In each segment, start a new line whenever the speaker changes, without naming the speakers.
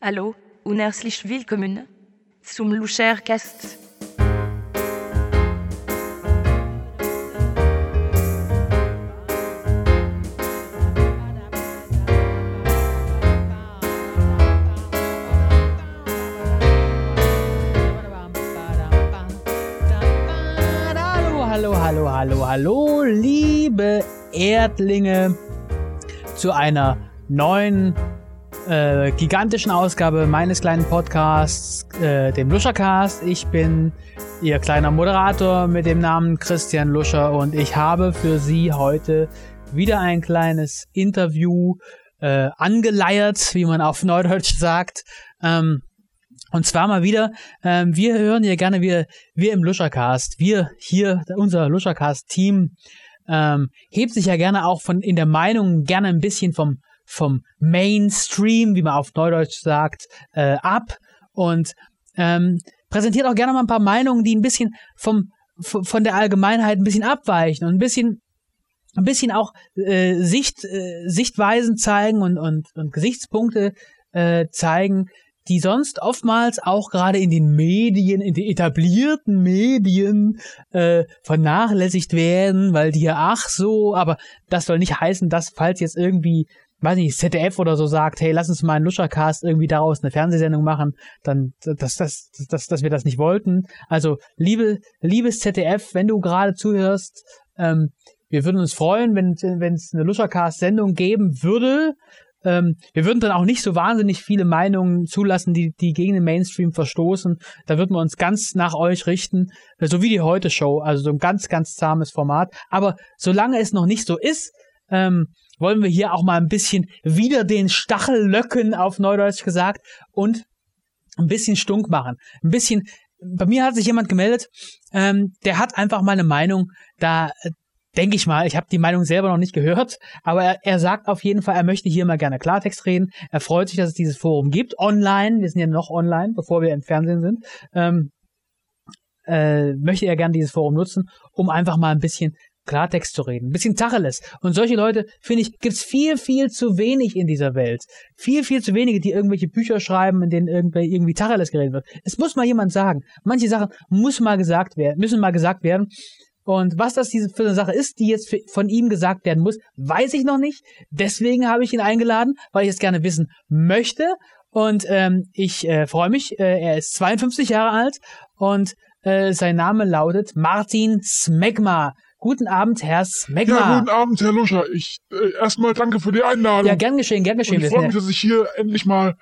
Hallo, unerzlich willkommen zum Lucher Cast.
Hallo, hallo, hallo, hallo, hallo, liebe Erdlinge, zu einer neuen äh, gigantischen Ausgabe meines kleinen Podcasts, äh, dem Luschercast. Ich bin Ihr kleiner Moderator mit dem Namen Christian Luscher und ich habe für Sie heute wieder ein kleines Interview äh, angeleiert, wie man auf Neudeutsch sagt. Ähm, und zwar mal wieder, ähm, wir hören ja gerne, wir, wir im Luschercast, wir hier, unser Luschercast-Team, ähm, hebt sich ja gerne auch von in der Meinung gerne ein bisschen vom, vom Mainstream, wie man auf Neudeutsch sagt, äh, ab und ähm, präsentiert auch gerne mal ein paar Meinungen, die ein bisschen vom, v- von der Allgemeinheit ein bisschen abweichen und ein bisschen ein bisschen auch äh, Sicht, äh, Sichtweisen zeigen und, und, und Gesichtspunkte äh, zeigen, die sonst oftmals auch gerade in den Medien, in den etablierten Medien äh, vernachlässigt werden, weil die ja ach so, aber das soll nicht heißen, dass falls jetzt irgendwie, weiß nicht, ZDF oder so sagt, hey, lass uns mal einen Luschercast irgendwie daraus eine Fernsehsendung machen, dann dass das, das, das, dass wir das nicht wollten. Also liebe, liebes ZDF, wenn du gerade zuhörst, ähm, wir würden uns freuen, wenn wenn es eine Luschercast-Sendung geben würde. Ähm, wir würden dann auch nicht so wahnsinnig viele Meinungen zulassen, die, die gegen den Mainstream verstoßen. Da würden wir uns ganz nach euch richten, so wie die Heute-Show, also so ein ganz, ganz zahmes Format. Aber solange es noch nicht so ist, ähm, wollen wir hier auch mal ein bisschen wieder den Stachel löcken, auf Neudeutsch gesagt, und ein bisschen stunk machen. Ein bisschen, bei mir hat sich jemand gemeldet, ähm, der hat einfach mal eine Meinung, da äh, denke ich mal, ich habe die Meinung selber noch nicht gehört, aber er, er sagt auf jeden Fall, er möchte hier mal gerne Klartext reden, er freut sich, dass es dieses Forum gibt, online, wir sind ja noch online, bevor wir im Fernsehen sind, ähm, äh, möchte er gerne dieses Forum nutzen, um einfach mal ein bisschen Klartext zu reden, ein bisschen Tacheles. Und solche Leute, finde ich, gibt's viel, viel zu wenig in dieser Welt. Viel, viel zu wenige, die irgendwelche Bücher schreiben, in denen irgendwie, irgendwie Tacheles geredet wird. Es muss mal jemand sagen. Manche Sachen muss mal gesagt werden, müssen mal gesagt werden. Und was das diese für eine Sache ist, die jetzt für, von ihm gesagt werden muss, weiß ich noch nicht. Deswegen habe ich ihn eingeladen, weil ich es gerne wissen möchte. Und ähm, ich äh, freue mich. Äh, er ist 52 Jahre alt und äh, sein Name lautet Martin Smegma. Guten Abend, Herr Smegma.
Ja, guten Abend, Herr Luscher. Ich äh, erstmal danke für die Einladung.
Ja, gern geschehen, gern geschehen.
und
Wir
ich
sind
freue
ja-
mich, dass ich hier endlich mal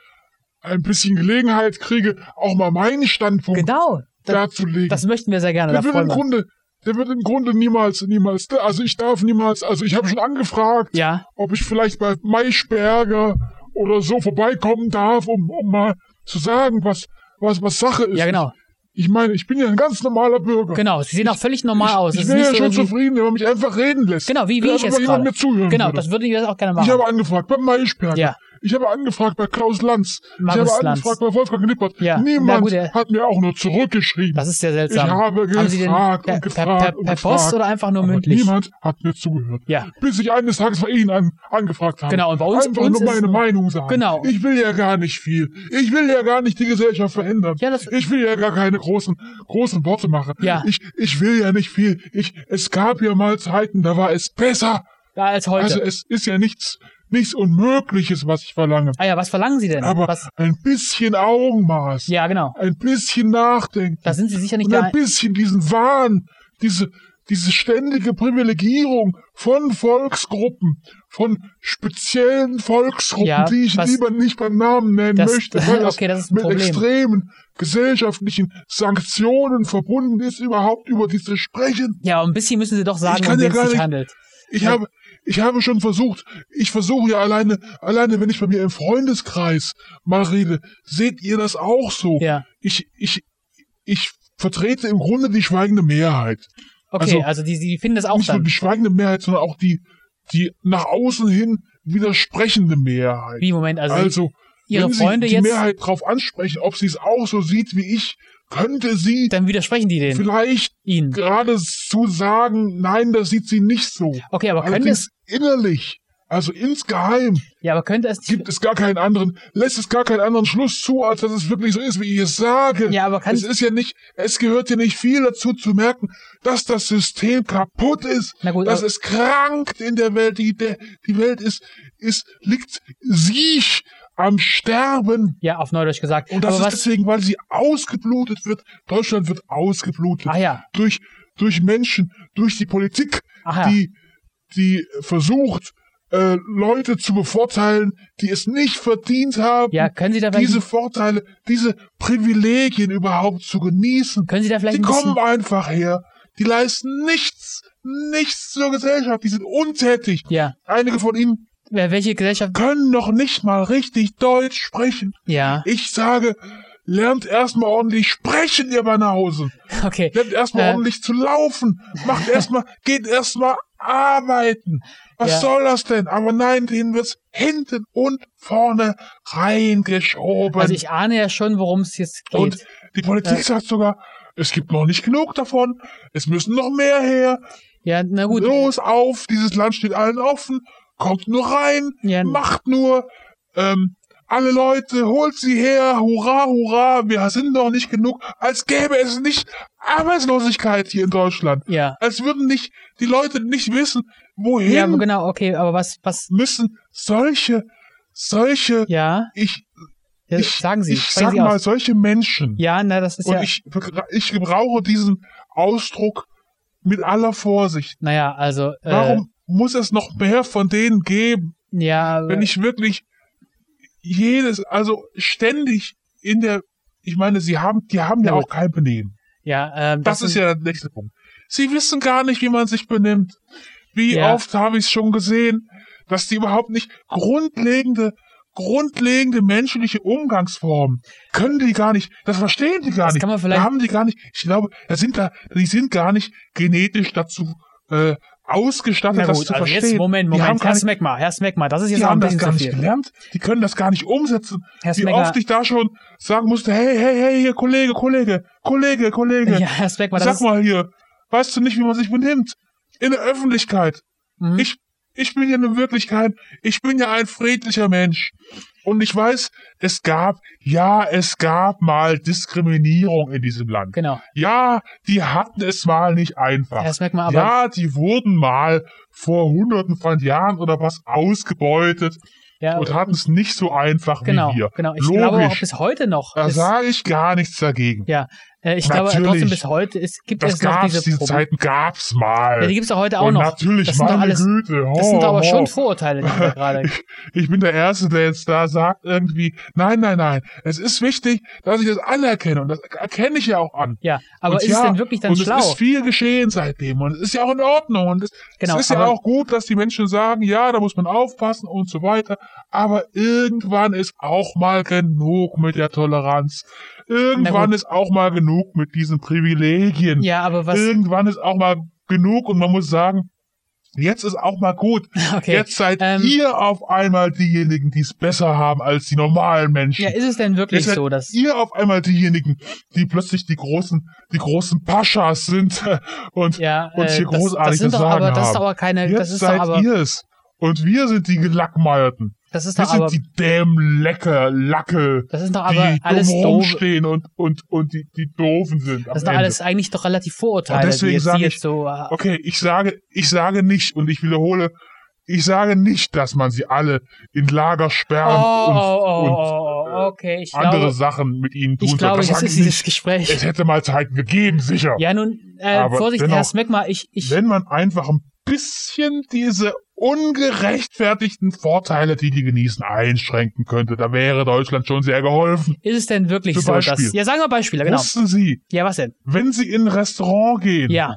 ein bisschen Gelegenheit kriege, auch mal meinen Standpunkt
genau, das,
darzulegen.
das möchten wir sehr gerne. Da
der wird
freuen wir.
im
uns.
Grunde, der wird im Grunde niemals, niemals, also ich darf niemals, also ich habe schon angefragt,
Hm. Ja,
ob ich vielleicht bei Maischberger oder so vorbeikommen darf, um, um mal zu sagen, was, was, was Sache ist.
ja, genau.
Ich, ich meine, ich bin ja ein ganz normaler Bürger.
Genau, sie sehen auch völlig normal aus.
Ich
Genau, Es ist nicht
wäre ja
so
schon
irgendwie-
zufrieden, wenn man mich einfach reden lässt.
Genau, wie, wie
Wenn
ich
einfach
jetzt
mal jemand
gerade.
mir zuhören
Genau,
würde.
das würde ich jetzt auch gerne machen.
Ich habe angefragt bei Maischberger.
Ja.
Ich habe angefragt bei Klaus Lanz.
Markus
ich habe
Lanz.
angefragt bei Wolfgang Lippert.
Ja. Na
Niemand
gut, er-
hat mir auch nur zurückgeschrieben.
Das ist sehr seltsam.
Ich habe
Haben Sie den
gefragt
per, per,
und gefragt
per,
und
per
gefragt.
Post oder einfach nur
Aber
mündlich?
Niemand hat mir zugehört.
Ja.
Bis ich eines Tages bei Ihnen an, angefragt habe.
Genau, und bei uns-
Einfach
uns
nur
ist-
meine Meinung sagen.
Genau.
Ich will ja gar nicht viel. Ich will ja gar nicht die Gesellschaft verändern.
Ja, das-
ich will ja gar keine großen, großen Worte machen.
Ja.
Ich, ich will ja nicht viel. Ich, es gab ja mal Zeiten, da war es besser.
Ja, als heute.
Also es ist ja nichts, nichts Unmögliches, was ich verlange.
ah ja, was verlangen Sie denn?
Aber
was?
ein bisschen Augenmaß.
Ja, genau.
Ein bisschen Nachdenken.
Da sind Sie sicher nicht
und
der
ein bisschen diesen Wahn, diese, diese ständige Privilegierung von Volksgruppen, von speziellen Volksgruppen,
Ja,
die ich
was-
lieber nicht beim Namen nennen
Das-
möchte, weil das,
okay, das ist ein
mit
Problem.
extremen gesellschaftlichen Sanktionen verbunden ist, überhaupt über die zu sprechen.
Ja, ein bisschen müssen Sie doch sagen,
Ich kann
um
ja
wen
gar
es sich
nicht-
handelt.
Ich habe, ich habe schon versucht, ich versuche ja alleine, alleine wenn ich bei mir im Freundeskreis mal rede, seht ihr das auch so?
Ja.
Ich, ich, ich vertrete im Grunde die schweigende Mehrheit.
Okay, also,
Also-
die, die finden das auch
Nicht nur
dann.
die schweigende Mehrheit, sondern auch die, die nach außen hin widersprechende Mehrheit.
Wie, Moment, also,
also,
Ihre
wenn
Freunde
Sie
jetzt-
die Mehrheit darauf ansprechen, ob sie es auch so sieht wie ich, könnte sie
dann widersprechen die denen,
vielleicht
Ihnen.
geradezu sagen, nein, das sieht sie nicht so. also
Okay, aber können es,
Allerdings innerlich Also insgeheim
Ja, aber könnte es nicht.
gibt es gar keinen anderen, lässt es gar keinen anderen Schluss zu, als dass es wirklich so ist, wie ich es sage.
Ja, aber kann-
es ist ja nicht, es gehört ja nicht viel dazu zu merken, dass das System kaputt ist,
Na gut,
dass
aber-
es krankt in der Welt, die, der, die Welt ist, ist, liegt siech am Sterben.
Ja, auf Neudeutsch gesagt.
Und das
aber
ist deswegen, weil sie ausgeblutet wird. Deutschland wird ausgeblutet.
Ach ja.
Durch, durch Menschen, durch die Politik,
Ach ja.
die, die versucht, äh, Leute zu bevorteilen, die es nicht verdient haben,
Ja, können Sie da vielleicht-
diese Vorteile, diese Privilegien überhaupt zu genießen.
Können Sie da vielleicht
die
ein bisschen-
kommen einfach her. Die leisten nichts, nichts zur Gesellschaft. Die sind untätig.
Ja.
Einige von ihnen
Wer- welche Gesellschaft.
können noch nicht mal richtig Deutsch sprechen.
Ja,
Ich sage, lernt erstmal ordentlich sprechen, ihr Banausen.
okay.
Lernt erstmal
Äh,
ordentlich zu laufen. Macht erstmal, geht erstmal arbeiten. Was
Ja.
soll das denn? Aber nein, denen wird's hinten und vorne reingeschoben.
Also ich ahne ja schon, worum es jetzt geht.
und die Politik sagt sogar, es gibt noch nicht genug davon. Es müssen noch mehr her.
ja, na gut.
Los auf, dieses Land steht allen offen. Kommt nur rein,
Ja.
macht nur. Ähm, alle Leute, holt sie her, hurra, hurra, wir sind noch nicht genug, als gäbe es nicht Arbeitslosigkeit hier in Deutschland.
Ja.
Als würden nicht die Leute nicht wissen, wohin
Ja, aber genau, okay, aber was, was,
müssen solche, solche,
ja,
ich,
ja
ich,
sagen Sie,
ich
sprechen
sag
Sie
mal,
aus.
solche Menschen.
Ja, na, das ist
Und
ja,
ich, begr- ich gebrauche diesen Ausdruck mit aller Vorsicht.
naja, also, äh,
Warum muss es noch mehr von denen geben,
ja,
wenn ich wirklich jedes, also ständig in der, ich meine, sie haben, die haben ja
Ja,
auch kein Benehmen.
ja, ähm,
Das ist ja der nächste Punkt. Sie wissen gar nicht, wie man sich benimmt. Wie
Ja.
oft habe ich es schon gesehen, dass die überhaupt nicht grundlegende, grundlegende menschliche Umgangsformen können die gar nicht. Das verstehen die gar
Das
nicht.
kann man vielleicht-
da haben die gar nicht. Ich glaube, da sind da, die sind gar nicht genetisch dazu äh, ausgestattet,
na
das
gut,
zu
also
verstehen.
jetzt, Moment,
Die haben
Moment,
gar
Herr
nicht,
Smegma, Herr Smegma, das ist jetzt
die
auch ein
haben das
bisschen
gar
zu
nicht
viel.
gelernt. Die können das gar nicht umsetzen.
Herr
Wie
Smegma-
oft ich da schon sagen musste, hey, hey, hey, hier, Kollege, Kollege, Kollege, Kollege.
Ja, Herr Smegma, das
Sag
ist,
mal hier, weißt du nicht, wie man sich benimmt? In der Öffentlichkeit.
Mhm.
Ich, ich bin ja eine Wirklichkeit, ich bin ja ein friedlicher Mensch. Und ich weiß, es gab, ja, es gab mal Diskriminierung in diesem Land.
genau,
Ja, die hatten es mal nicht einfach.
Herr Smegma, aber,
ja, die wurden mal vor hunderten von Jahren oder was ausgebeutet
ja,
und hatten es nicht so einfach
genau,
wie wir.
genau, ich glaube auch
Logisch,
bis heute noch,
da
ist-
sage ich gar nichts dagegen.
ja, äh, ich glaube
Natürlich.
trotzdem bis heute, es gibt
Das
es noch
gab's,
diese
diese
Probleme.
Zeiten gab's mal.
Ja, die gibt es doch heute auch
Und
noch.
Natürlich,
das sind doch
meine
alles,
Güte. Ho,
das sind doch aber
ho.
schon Vorurteile, die wir gerade,
Ich bin der Erste, der jetzt da sagt irgendwie, nein, nein, nein. Es ist wichtig, dass ich das anerkenne. Und das erkenne ich ja auch an.
ja, aber
und
ist
ja,
es denn wirklich dann
und
schlau?
es ist viel geschehen seitdem. Und es ist ja auch in Ordnung. Und es,
Genau,
es ist ja
aber-
auch gut, dass die Menschen sagen, ja, da muss man aufpassen und so weiter. Aber irgendwann ist auch mal genug mit der Toleranz. Irgendwann
gut.
ist auch mal genug mit diesen Privilegien.
ja, aber was,
Irgendwann ist auch mal genug und man muss sagen, jetzt ist auch mal gut.
okay.
Jetzt seid
ähm,
ihr auf einmal diejenigen, die es besser haben als die normalen Menschen.
Ja, ist es denn wirklich
Jetzt seid
so, dass
ihr auf einmal diejenigen, die plötzlich die großen, die großen Paschas sind und
ja,
uns hier
äh, das,
großartig
das sind
das
doch aber
Sagen
das ist
haben.
aber keine,
jetzt
das ist doch
seid
aber
ihr es. Und wir sind die Gelackmeierten.
das ist
Wir
doch
sind
aber
die däm lecker Lacke,
das ist doch aber
die
alles
dumm
doof.
rumstehen und, und, und die, die Doofen sind. am
Das sind doch
Ende.
alles eigentlich doch relativ Vorurteile,
Und deswegen
die jetzt,
sag
die
ich-
jetzt so äh,
Okay, ich sage, ich sage nicht und ich wiederhole, ich sage nicht, dass man sie alle in Lager
oh,
sperren
oh,
und,
oh,
und äh,
oh, oh, okay, ich
andere
glaube,
Sachen mit ihnen tun
ich
soll.
glaube,
das
jetzt
sage
ist
ich
dieses
nicht. Es
Gespräch.
hätte mal Zeiten gegeben, sicher.
Ja, nun äh,
Aber
Vorsicht, Herr
dennoch- Ne?
Smegma, ich ich
Wenn man einfach ein bisschen diese ungerechtfertigten Vorteile, die die genießen, einschränken könnte, da wäre Deutschland schon sehr geholfen.
ist es denn wirklich
Zum
so, dass
Beispiel.
Ja, sagen wir Beispiele, genau.
Wussten Sie,
Ja, was denn?
wenn Sie in ein Restaurant gehen,
Ja,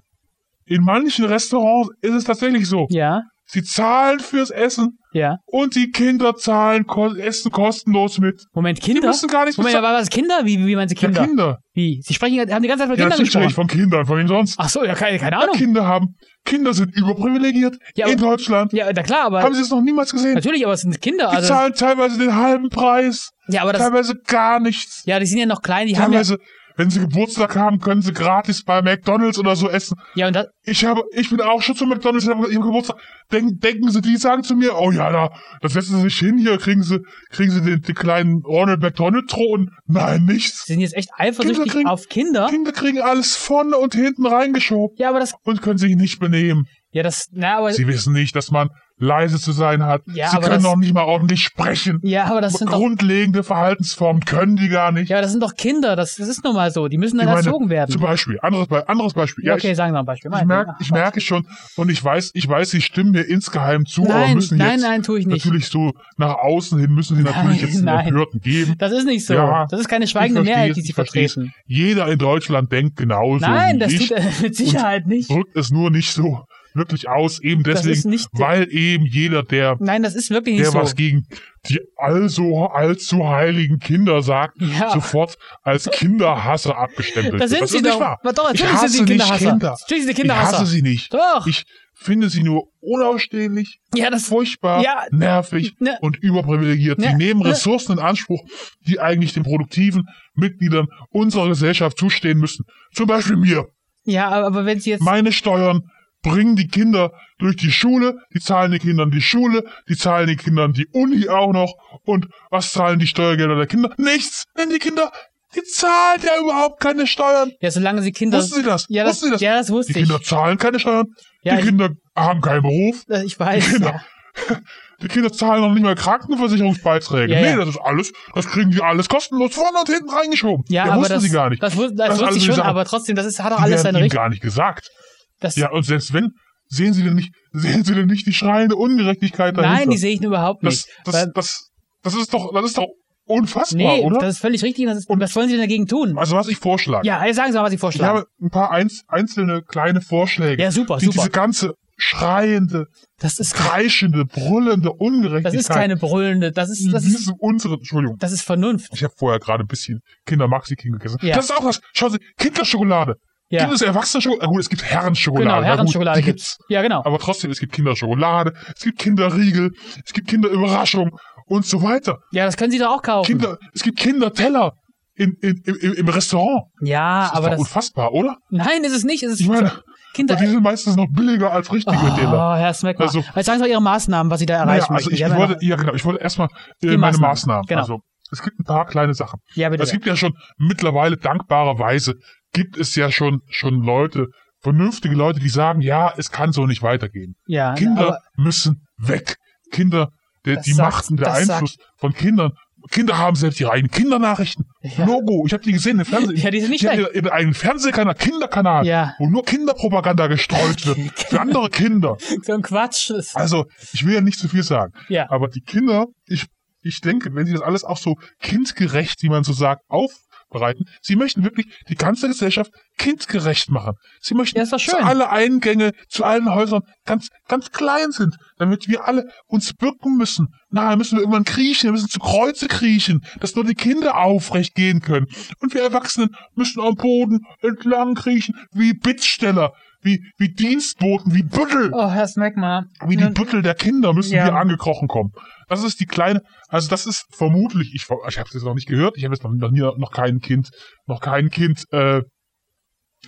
in manchen Restaurants ist es tatsächlich so,
ja,
Sie zahlen fürs Essen
ja.
und die Kinder zahlen ko Essen kostenlos mit.
Moment,
Die
Kinder?
müssen gar nichts
Moment,
bezahlen.
aber was Kinder? Wie wie meinen Sie
Ja,
Kinder?
Kinder.
Wie? Sie sprechen haben die ganze Zeit von
Ja,
Kindern
natürlich spreche ich
gesprochen.
von Kindern, von wem sonst?
Ach so, ja, keine, keine
Ja,
Ahnung.
Kinder haben. Kinder sind überprivilegiert
genau. Ja,
in
aber-
Deutschland.
Ja, na klar, aber
haben Sie es noch niemals gesehen?
natürlich, aber es sind Kinder.
Die
Also,
zahlen teilweise den halben Preis,
ja, aber das,
teilweise gar nichts.
ja, die sind ja noch klein, die haben ja,
teilweise Wenn Sie Geburtstag haben, können Sie gratis bei McDonalds oder so essen.
Ja, und das,
Ich habe, ich bin auch schon zu McDonalds, ich habe ich habe Geburtstag. Denk, denken Sie, die sagen zu mir, oh ja, da, das setzen Sie sich hin, hier kriegen Sie, kriegen Sie den, den kleinen Ronald McDonald-Thron. Nein, nichts.
sie sind jetzt echt eifersüchtig
Kinder kriegen-
auf Kinder.
Kinder kriegen alles vorne und hinten reingeschoben
Ja, aber das,
und können sich nicht benehmen.
ja, das, na, aber,
Sie wissen nicht, dass man leise zu sein hat.
Ja,
Sie
aber
können
das-
noch nicht mal ordentlich sprechen.
ja, aber das sind doch,
Grundlegende Verhaltensformen können die gar nicht.
ja, aber das sind doch Kinder. Das, das ist nun mal so. Die müssen dann
Ich meine,
erzogen werden.
Zum Beispiel, anderes, Be anderes Beispiel. Ja,
okay,
ich,
sagen wir mal ein Beispiel.
ich,
Mein-
merke, ich merke schon und ich weiß, ich weiß, sie stimmen mir insgeheim zu, aber
nein,
müssen
nein,
jetzt
nein, tue ich nicht.
natürlich so nach außen hin müssen sie natürlich
Nein,
jetzt den
nein.
Empörten geben.
Das ist nicht so.
Ja,
das ist keine schweigende
ich verstehe
Mehrheit,
es,
die sie
ich verstehe es.
vertreten.
Jeder in Deutschland denkt genauso.
Nein,
wie
das
ich.
tut er mit Sicherheit nicht.
drückt es nur nicht so wirklich aus, eben
Das ist
deswegen,
nicht-
weil eben jeder, der,
Nein, das ist wirklich nicht
der
so.
was gegen die allso allzu heiligen Kinder sagt,
Ja.
sofort als Kinderhasser abgestempelt
Da
wird.
sind
das
sie
ist
doch.
nicht wahr.
Aber Doch,
Ich
natürlich
hasse
sind sie
nicht
Kinderhasser.
Kinder.
Natürlich sind sie
Ich hasse
Kinderhasser.
sie nicht.
Doch.
Ich finde sie nur unausstehlich,
ja, das.
furchtbar,
Ja.
nervig
Ne.
und überprivilegiert.
Ne.
Die nehmen
Ne.
Ressourcen in Anspruch, die eigentlich den produktiven Mitgliedern unserer Gesellschaft zustehen müssen. Zum Beispiel mir.
Ja, aber wenn sie jetzt.
meine Steuern bringen die Kinder durch die Schule, die zahlen den Kindern die Schule, die zahlen den Kindern die Uni auch noch und was zahlen die Steuergelder der Kinder? Nichts, denn die Kinder, die zahlen ja überhaupt keine Steuern.
ja, solange sie Kinder.
Wussten Sie das?
Ja, das,
Wussten Sie das?
ja, das
Die
wusste ich.
Kinder zahlen keine Steuern,
Ja,
die
ich-
Kinder haben keinen Beruf,
Äh, Ich weiß.
Genau.
Ja.
die Kinder zahlen noch nicht mal Krankenversicherungsbeiträge.
Ja,
nee,
ja.
das ist alles, das kriegen die alles kostenlos vorne und hinten reingeschoben.
Ja,
ja
aber
wussten
das,
sie gar nicht.
Das, wus- das,
Das ist
wusste
alles
ich schon,
Sache.
aber trotzdem, das ist, hat doch
die
alles
werden
seine
ihnen
Richtung.
gar nicht gesagt.
Das,
Ja, und selbst wenn, sehen Sie denn nicht, sehen Sie denn nicht die schreiende Ungerechtigkeit dahinter?
nein, die sehe ich überhaupt
das,
nicht.
das,
Weil-
das, das ist doch, das ist doch unfassbar,
nee,
oder?
das ist völlig richtig. Das ist, was wollen sie denn dagegen tun?
also was ich vorschlage.
Ja, jetzt sagen Sie mal, was Sie
ich
vorschlagen.
habe ein paar einz einzelne kleine Vorschläge,
Ja, super,
die
super.
diese ganze schreiende,
Das ist,
kreischende, brüllende Ungerechtigkeit,
das ist keine brüllende, das ist, das
die
ist,
diese unsere, Entschuldigung,
das ist Vernunft.
ich habe vorher gerade ein bisschen Kinder Maxi King gegessen.
Ja.
Das ist auch was. Schauen Sie, Kinderschokolade.
Ja.
Gibt es Erwachsenenschokolade? Ah, gut, es gibt Herrenschokolade.
Genau,
Na gut,
Herrenschokolade
die gibt's.
gibt's. Ja, genau.
Aber trotzdem, es gibt Kinderschokolade, es gibt Kinderriegel, es gibt Kinderüberraschung und so weiter.
Ja, das können Sie doch auch kaufen.
Kinder, es gibt Kinderteller in, in, im, im- im Restaurant.
Ja,
Das ist
Ah, aber
doch
das,
unfassbar, oder?
nein, ist es nicht. Es ist
Ich meine,
Kinder.
und die sind meistens noch billiger als
Oh,
richtige Teller.
Herr Smeckmann.
Also-
Jetzt sagen Sie mal Ihre Maßnahmen, was Sie da erreichen
Naja, also
möchten.
ich
Sie haben ja
wollte,
noch-
ja genau, ich wollte erstmal äh,
Die
meine Maßnahmen.
Maßnahmen, genau.
Also, es gibt ein paar kleine Sachen.
ja, bitte.
Es gibt ja schon mittlerweile dankbarerweise gibt es ja schon schon Leute, vernünftige Leute, die sagen, ja, es kann so nicht weitergehen.
ja, ne,
Kinder
aber,
müssen weg. Kinder, der,
Das
die
sagt-
Macht und der
das
Einfluss von Kindern. Kinder haben selbst ihre eigenen Kindernachrichten.
Ja.
Logo, ich habe die gesehen im Fernsehen.
Ja, die sind nicht
haben
schlecht.
ihren eigenen Fernsehkanal, Kinderkanal,
Ja.
wo nur Kinderpropaganda gestreut wird für andere Kinder.
so ein Quatsch. Ist,
Also, ich will ja nicht zu viel sagen.
Ja.
Aber die Kinder, ich, ich denke, wenn sie das alles auch so kindgerecht, wie man so sagt, aufbereiten, sie möchten wirklich die ganze Gesellschaft kindgerecht machen. Sie möchten,
Ja, ist doch schön.
dass alle Eingänge zu allen Häusern ganz, ganz klein sind, damit wir alle uns bücken müssen. Na, dann müssen wir irgendwann kriechen, wir müssen zu Kreuze kriechen, dass nur die Kinder aufrecht gehen können. Und wir Erwachsenen müssen am Boden entlang kriechen, wie Bittsteller, wie, wie Dienstboten, wie Büttel.
oh, Herr Smeckmann.
Wie die Büttel der Kinder müssen
Ja.
hier angekrochen kommen. Das ist die kleine, also das ist vermutlich, ich, ver- ich habe es jetzt noch nicht gehört, ich habe jetzt noch, noch, nie- noch kein Kind, noch kein Kind äh,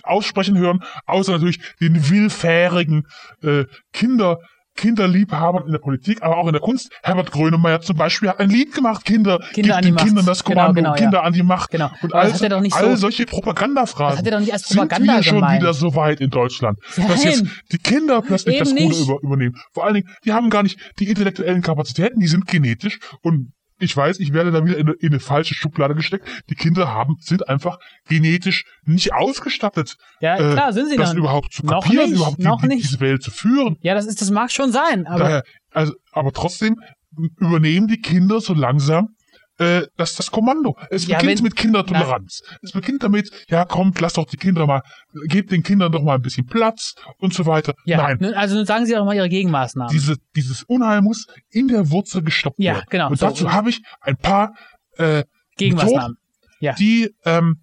aussprechen hören, außer natürlich den willfährigen äh, Kinder, Kinderliebhabern in der Politik, aber auch in der Kunst. Herbert Grönemeyer zum Beispiel hat ein Lied gemacht, Kinder,
Kinder an die
den
Macht.
Kindern das
Genau,
Kommando,
genau, ja.
Kinder an die Macht.
Genau.
Und
Aber
all,
das hat er doch nicht
all
so-
solche Propagandafragen.
Das hat er doch nicht als
Sind
Propaganda
wir schon
gemeint.
wieder so weit in Deutschland, dass
Nein.
jetzt die Kinder plötzlich
Eben
das Ruder
nicht.
über, übernehmen. Vor allen Dingen, die haben gar nicht die intellektuellen Kapazitäten, die sind genetisch und ich weiß, ich werde da wieder in eine, in eine falsche Schublade gesteckt. Die Kinder haben, sind einfach genetisch nicht ausgestattet,
Ja,
äh,
klar, sind sie
das
dann.
überhaupt zu
Noch
kapieren,
nicht,
überhaupt die-
noch
die,
nicht.
diese Welt zu führen.
Ja, das ist, das mag schon sein, aber
Daher, also, aber trotzdem übernehmen die Kinder so langsam äh, das, das Kommando. Es
Ja,
beginnt
wenn-
mit Kindertoleranz. Es beginnt damit, ja kommt, lass doch die Kinder mal, gebt den Kindern doch mal ein bisschen Platz und so weiter.
ja.
Nein,
Nun, also nun sagen Sie doch mal Ihre Gegenmaßnahmen.
diese, dieses Unheil muss in der Wurzel gestoppt
Ja,
werden.
genau,
Und
so.
dazu habe ich ein paar äh,
Gegenmaßnahmen. Ja.
die ähm,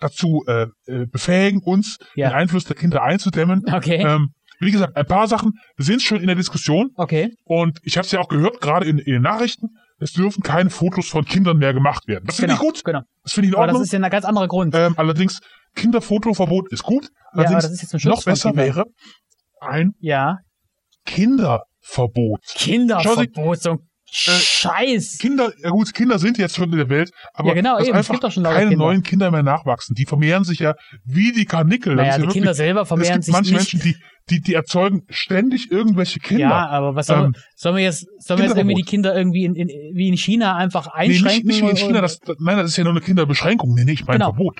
dazu äh, äh, befähigen, uns
Ja.
den Einfluss der Kinder einzudämmen.
Okay.
Ähm, wie gesagt, ein paar Sachen sind schon in der Diskussion.
okay.
Und ich habe es ja auch gehört, gerade in, in den Nachrichten, es dürfen keine Fotos von Kindern mehr gemacht werden. Das finde
genau,
ich gut.
Genau.
Das finde ich in
Aber das
Ordnung.
ist ja ein ganz anderer Grund.
ähm, allerdings, Kinderfotoverbot ist gut.
ja, aber das
Allerdings,
ist jetzt ein Schutz
noch
von
besser
Kindern.
wäre ein
Ja.
Kinderverbot.
Kinderverbot, so ein Scheiß.
äh, Kinder, ja gut, Kinder sind jetzt schon in der Welt, aber
Ja, genau,
dass
eben, es
einfach
gibt doch schon lauter
keine
Kinder.
neuen Kinder mehr nachwachsen. Die vermehren sich ja wie die Karnickel. Das
naja,
ist
die
ja
Kinder selber
es
vermehren
gibt
sich
manche
nicht.
Menschen, die, die, die erzeugen ständig irgendwelche
Ja,
Kinder.
aber was soll,
Ähm,
sollen wir jetzt, sollen wir jetzt irgendwie die
Kinderverbot.
Kinder irgendwie in, in, wie in China einfach
nee,
einschränken?
nicht, nicht wie in
und-
China. Das, nein, das ist ja nur eine Kinderbeschränkung. Nee, nee, ich meine
Genau.
Verbot.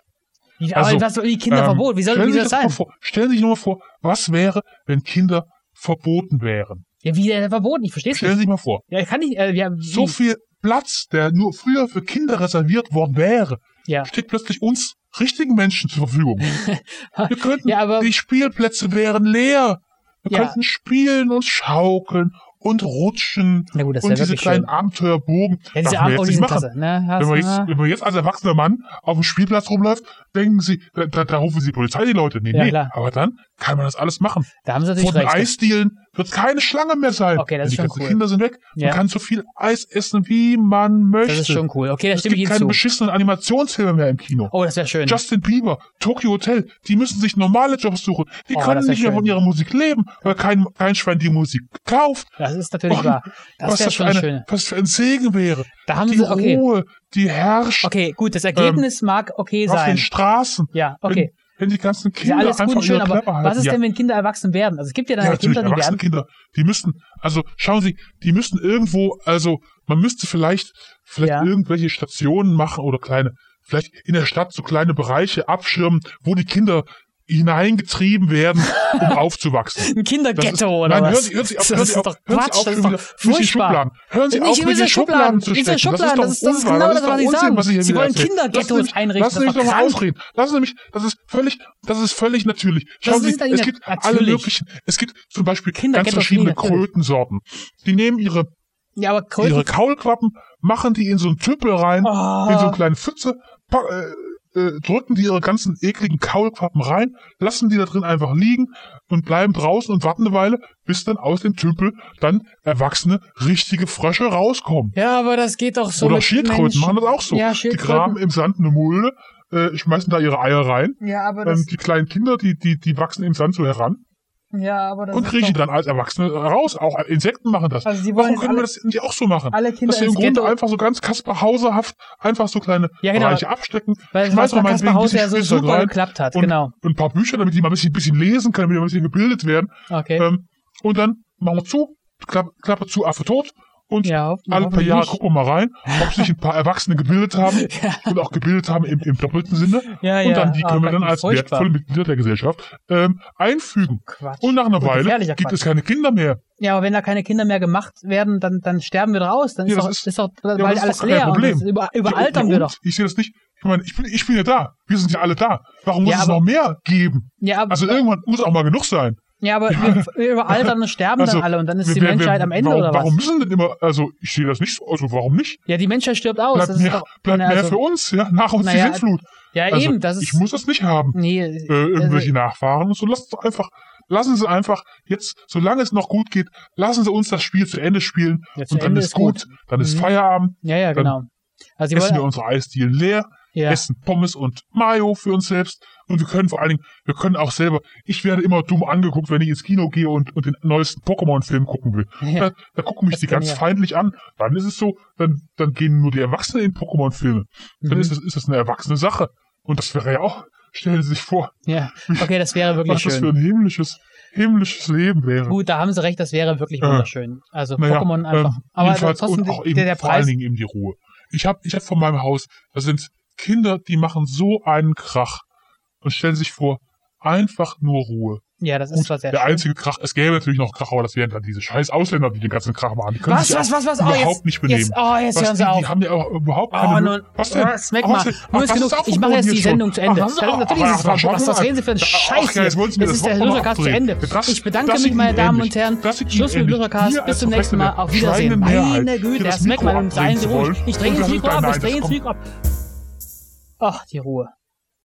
Ähm,
Ja,
also,
aber was soll die Kinderverbot? Wie soll, wie soll das sein?
Vor, stellen Sie sich nur mal vor, was wäre, wenn Kinder verboten wären?
Ja, wie der verboten? Ich verstehe es
Stellen
nicht.
Sie sich mal vor,
Ja, kann ich, äh, ja,
so
wie-
viel Platz, der nur früher für Kinder reserviert worden wäre,
ja.
steht plötzlich uns richtigen Menschen zur Verfügung. Wir könnten,
Ja, aber-
die Spielplätze wären leer. Wir
Ja.
könnten spielen und schaukeln und rutschen
Na gut, das
und
wäre
diese
wirklich
kleinen
schön. Ja,
Abenteuerbogen. darf
diese
man jetzt
Abend
nicht
sind
machen.
klasse, ne? Hast
Wenn man, jetzt,
du-
wenn man jetzt als erwachsener Mann auf dem Spielplatz rumläuft, denken sie, da, da, da rufen sie die Polizei, die Leute. Nee,
Ja,
nee.
klar. Also
Aber dann kann man das alles machen.
da haben sie
Vor
natürlich
den
recht. das-
Eisdielen wird keine Schlange mehr sein.
Okay, das ist
die
schon
ganzen
cool.
Kinder sind weg.
Ja.
Man kann so viel Eis essen, wie man möchte.
Das ist schon cool. Okay, da
es
stimme
gibt
ich Ihnen
keine
zu.
beschissenen Animationsfilme mehr im Kino.
Oh, das wäre schön.
Justin Bieber, Tokyo Hotel, die müssen sich normale Jobs suchen. Die
Oh, das
können
wär
nicht mehr
schön.
von ihrer Musik leben, weil kein, kein Schwein die Musik kauft.
Das ist natürlich
Oh,
wahr. Das
was,
wäre
das für
schon
eine,
schön.
was für ein Segen wäre.
Da haben
die
sie, okay.
Ruhe, die herrscht
Okay, gut, das Ergebnis mag okay
auf den
sein.
Straßen.
Ja, okay.
Wenn, wenn die ganzen
Ist ja
Kinder
alles gut
einfach
und schön,
ihre
aber
Klappe halten.
was ist
ja.
denn, wenn Kinder erwachsen werden? Also es gibt ja dann
ja, natürlich,
Kinder, die
erwachsene
werden.
Kinder, die müssten, also schauen Sie, die müssten irgendwo, also man müsste vielleicht, vielleicht
Ja.
irgendwelche Stationen machen oder kleine, vielleicht in der Stadt so kleine Bereiche abschirmen, wo die Kinder hineingetrieben werden, um aufzuwachsen.
Ein
Das ist-
Kinderghetto oder
Nein,
was?
hören Sie, hören Sie auf, hören
das
Sie
ist
auf,
doch
hören Sie
Quatsch, das
auf schon
ist
wieder
doch
mit den
furchtbar.
Schubladen. Hören Sie
Nicht
auf,
in
mit
diese
den Schubladen zu
Schubladen, nicht in
stecken.
Schubladen,
Das
das
ist
ist- das
doch
ist
unwahr,
genau
das ist
das, was
doch
ich
Unsinn,
sagen.
was ich hier
Sie
wieder
wollen
erzähle.
Kinderghettos
Lassen Sie mich-
einrichten,
Lassen Sie mich
das
doch
ist
mal
doch
ausreden. Lassen Sie mich, das ist völlig, das ist völlig natürlich. Schauen
ist
Sie,
nicht
es
nat-
gibt alle
natürlich.
möglichen, es gibt zum Beispiel ganz
Kinderghettos
verschiedene
nie natürlich.
Krötensorten. Die nehmen ihre
Ja, aber Kröten.
ihre Kaulquappen, machen die in so einen Tüppel rein,
Oh.
in so einen kleinen Pfütze, pa- äh, äh, drücken die ihre ganzen ekligen Kaulquappen rein, lassen die da drin einfach liegen und bleiben draußen und warten eine Weile, bis dann aus dem Tümpel dann erwachsene, richtige Frösche rauskommen.
Ja, aber das geht doch so.
Oder
mit
Schildkröten
Menschen.
machen das auch so.
Ja,
die
Schildkröten.
graben im Sand eine Mulde, äh, schmeißen da ihre Eier rein.
Ja, aber
Ähm, die kleinen Kinder, die, die, die wachsen im Sand so heran
ja, aber das
und
ist
kriechen
doch-
dann als Erwachsene raus. Auch Insekten machen das.
Also sie wollen
Warum
jetzt
können wir
alle-
das nicht auch so machen?
alle Kinder
dass sie im
ins
Grunde
Ghetto-
einfach so ganz Kasper Hauserhaft einfach so kleine
Ja, genau.
Bereiche abstecken.
Weil
Schmeiß
was
doch
bei
mal
Kaspar Hauser ja so
Spielzeug
super
rein
geklappt hat,
und,
genau.
und ein paar Bücher, damit die mal ein bisschen, ein bisschen lesen können, damit die mal ein bisschen gebildet werden.
Okay.
Ähm, und dann machen wir zu, Klappe, Klappe zu, Affe tot. Und
Ja, hoff-
alle paar
hoffentlich
Jahre
nicht.
gucken wir mal rein, ob sich ein paar Erwachsene gebildet haben und auch gebildet haben im, im doppelten Sinne.
Ja,
und
ja.
dann die
Ah,
können wir dann
Gott,
als
furchtbar.
wertvolle Mitglieder der Gesellschaft ähm, einfügen.
Quatsch.
Und nach einer
Und
Weile
gefährlicher
gibt
Quatsch.
es keine Kinder mehr.
Ja, aber wenn da keine Kinder mehr gemacht werden, dann, dann sterben wir doch aus. Dann
Ja,
ist,
das
doch,
ist-
ist doch,
aber
weil
das ist
alles
doch kein
leer und
Problem.
das über,
Ja,
überaltern
und?
wir doch.
Ich sehe das nicht. Ich meine, ich bin, ich bin ja da. Wir sind ja alle da. Warum muss
Ja,
es
aber-
noch mehr geben?
Ja, aber,
Also irgendwann muss auch mal genug sein.
ja, aber wir, wir überaltern und sterben
Also,
dann alle und dann ist
Wer-
die
wer- wer-
Menschheit am Ende
warum,
oder was?
Warum müssen denn immer, also ich sehe das nicht so, also warum nicht?
ja, die Menschheit stirbt aus.
Bleibt
Oh, das ist
mehr,
doch,
bleibt
na,
mehr
also-
für uns, ja? Nach uns
Naja,
die Sintflut.
Ja,
Also,
eben, das ist.
ich muss das nicht haben.
nee,
Äh, irgendwelche
also,
Nachfahren und so. Lass es doch einfach, lassen Sie einfach jetzt, solange es noch gut geht, lassen Sie uns das Spiel zu Ende spielen
Ja, zu
und dann
Ende
ist
ist gut.
gut. Dann ist
Mhm.
Feierabend,
ja, ja, genau. Also, die
essen wir
wollen,
unsere Eisdielen leer,
ja,
essen Pommes und Mayo für uns selbst. Und wir können vor allen Dingen, wir können auch selber, ich werde immer dumm angeguckt, wenn ich ins Kino gehe und, und den neuesten Pokémon-Film gucken will.
Ja.
da, da gucken mich
Das
die
kann
ganz
ja.
feindlich an. Dann ist es so, dann, dann gehen nur die Erwachsenen in Pokémon-Filme. Dann
Mhm.
ist, das, ist das eine erwachsene Sache. Und das wäre ja auch, stellen Sie sich vor,
ja. Okay, das wäre wirklich
was das für
schön.
ein himmlisches, himmlisches Leben wäre.
Gut, da haben sie recht, das wäre wirklich
Ja.
wunderschön. Also,
Naja,
Pokémon einfach.
ähm,
aber
jedenfalls
trotzdem,
und auch
der,
eben
der
vor allen
Preis.
Dingen eben die Ruhe. Ich habe ich hab von meinem Haus, da sind Kinder, die machen so einen Krach und stellen sich vor, einfach nur Ruhe.
Ja, das ist
Gut,
zwar sehr
der
schön.
einzige Krach, es gäbe natürlich noch Krach, aber das wären dann diese scheiß Ausländer, die den ganzen Krach machen. Die können
Was,
sich
was,
auch
was, was? Oh,
überhaupt
jetzt,
nicht benehmen.
Jetzt, oh, jetzt
was,
hören sie
die,
auf.
die haben ja auch überhaupt keine
Oh,
Mö-
nun, was, weg
Ach,
mal.
was denn?
Nur
Ach,
ist
was
genug.
ist auch
ich mache jetzt
verboten
die
jetzt schon?
Sendung zu
Ach,
Ende.
das ist
Das-
auch-
natürlich
ach,
ist es verboten.
das
Was, was reden Sie für einen
Ach,
Scheiß
ja,
hier?
jetzt wollen Sie mir
Das
das
ist der
Wort noch
Losercast zu
abdrehen.
Ende.
Das-
Ich bedanke
das
mich,
sieht
meine
Ihnen
Damen
ähnlich.
und Herren.
Das sieht Ihnen
Schluss mit
ähnlich.
Losercast.
Hier
Bis
als
zum nächsten Mal.
Verfechter
Auf
der
Wiedersehen.
schweigenden Mehrheit,
Meine
hier
Güte,
das
das merkt
Mikro
man. Und seien Sie
abdrehen zu
ruhig.
wollen.
Ich drehe
Und
ins
das-
Mikro
nein,
ab.
nein,
Ich drehe
das
ins
kommt-
Mikro ab. Ach, die Ruhe.